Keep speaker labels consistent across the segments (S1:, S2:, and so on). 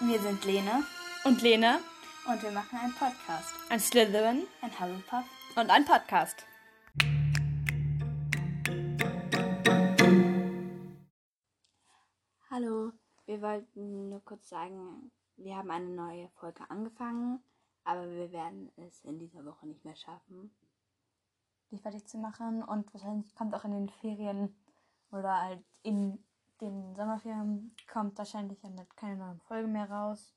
S1: Wir sind Lene
S2: und Lena,
S1: und wir machen einen Podcast.
S2: ein Slytherin
S1: Ein Hufflepuff.
S2: und ein Podcast.
S1: Hallo, wir wollten nur kurz sagen, wir haben eine neue Folge angefangen, aber wir werden es in dieser Woche nicht mehr schaffen.
S3: die fertig zu machen und wahrscheinlich kommt auch in den Ferien oder halt in den Sommerferien kommt wahrscheinlich dann halt keine neue Folge mehr raus,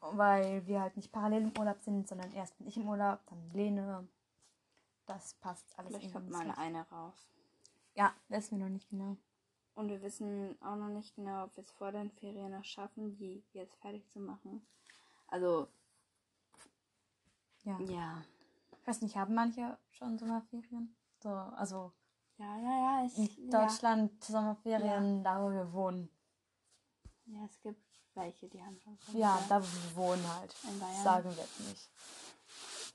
S3: weil wir halt nicht parallel im Urlaub sind, sondern erst bin ich im Urlaub, dann Lene. Das passt alles
S1: Vielleicht kommt
S3: irgendwie
S1: mal
S3: nicht.
S1: eine raus.
S3: Ja, wissen wir noch nicht genau.
S1: Und wir wissen auch noch nicht genau, ob wir es vor den Ferien noch schaffen, die jetzt fertig zu machen. Also,
S3: Ja.
S1: ja.
S3: Ich weiß nicht, haben manche schon Sommerferien? So, also
S1: Ja, ja, ja. Ich,
S3: in Deutschland Sommerferien, da wo wir wohnen.
S1: Ja. ja, es gibt welche, die haben schon.
S3: Ja, da wo wir wohnen halt.
S1: In Bayern.
S3: Sagen wir jetzt nicht.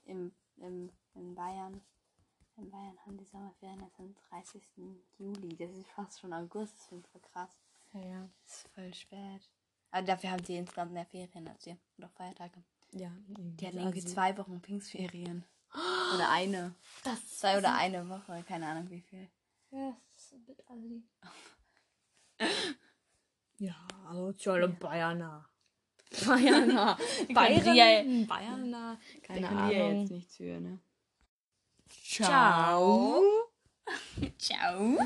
S1: im, im, in Bayern. In Bayern haben die Sommerferien erst am 30. Juli. Das ist fast schon August, das finde ich voll krass.
S3: Ja, ja.
S1: Das ist voll spät. Aber dafür haben sie insgesamt mehr Ferien als wir. Oder Feiertage.
S3: Ja, also
S1: Die hatten irgendwie zwei Wochen Pfingstferien. Oder eine.
S3: Das
S1: Zwei oder eine Woche, keine Ahnung wie viel.
S3: Ja, das ist ein bisschen assi.
S2: Ja, hallo zu allen Bayerner.
S1: Bayerner.
S2: Bayern.
S1: Bayerner.
S2: Keine
S1: können die ja
S2: Ahnung.
S1: jetzt nichts für, ne?
S2: Ciao.
S1: Ciao.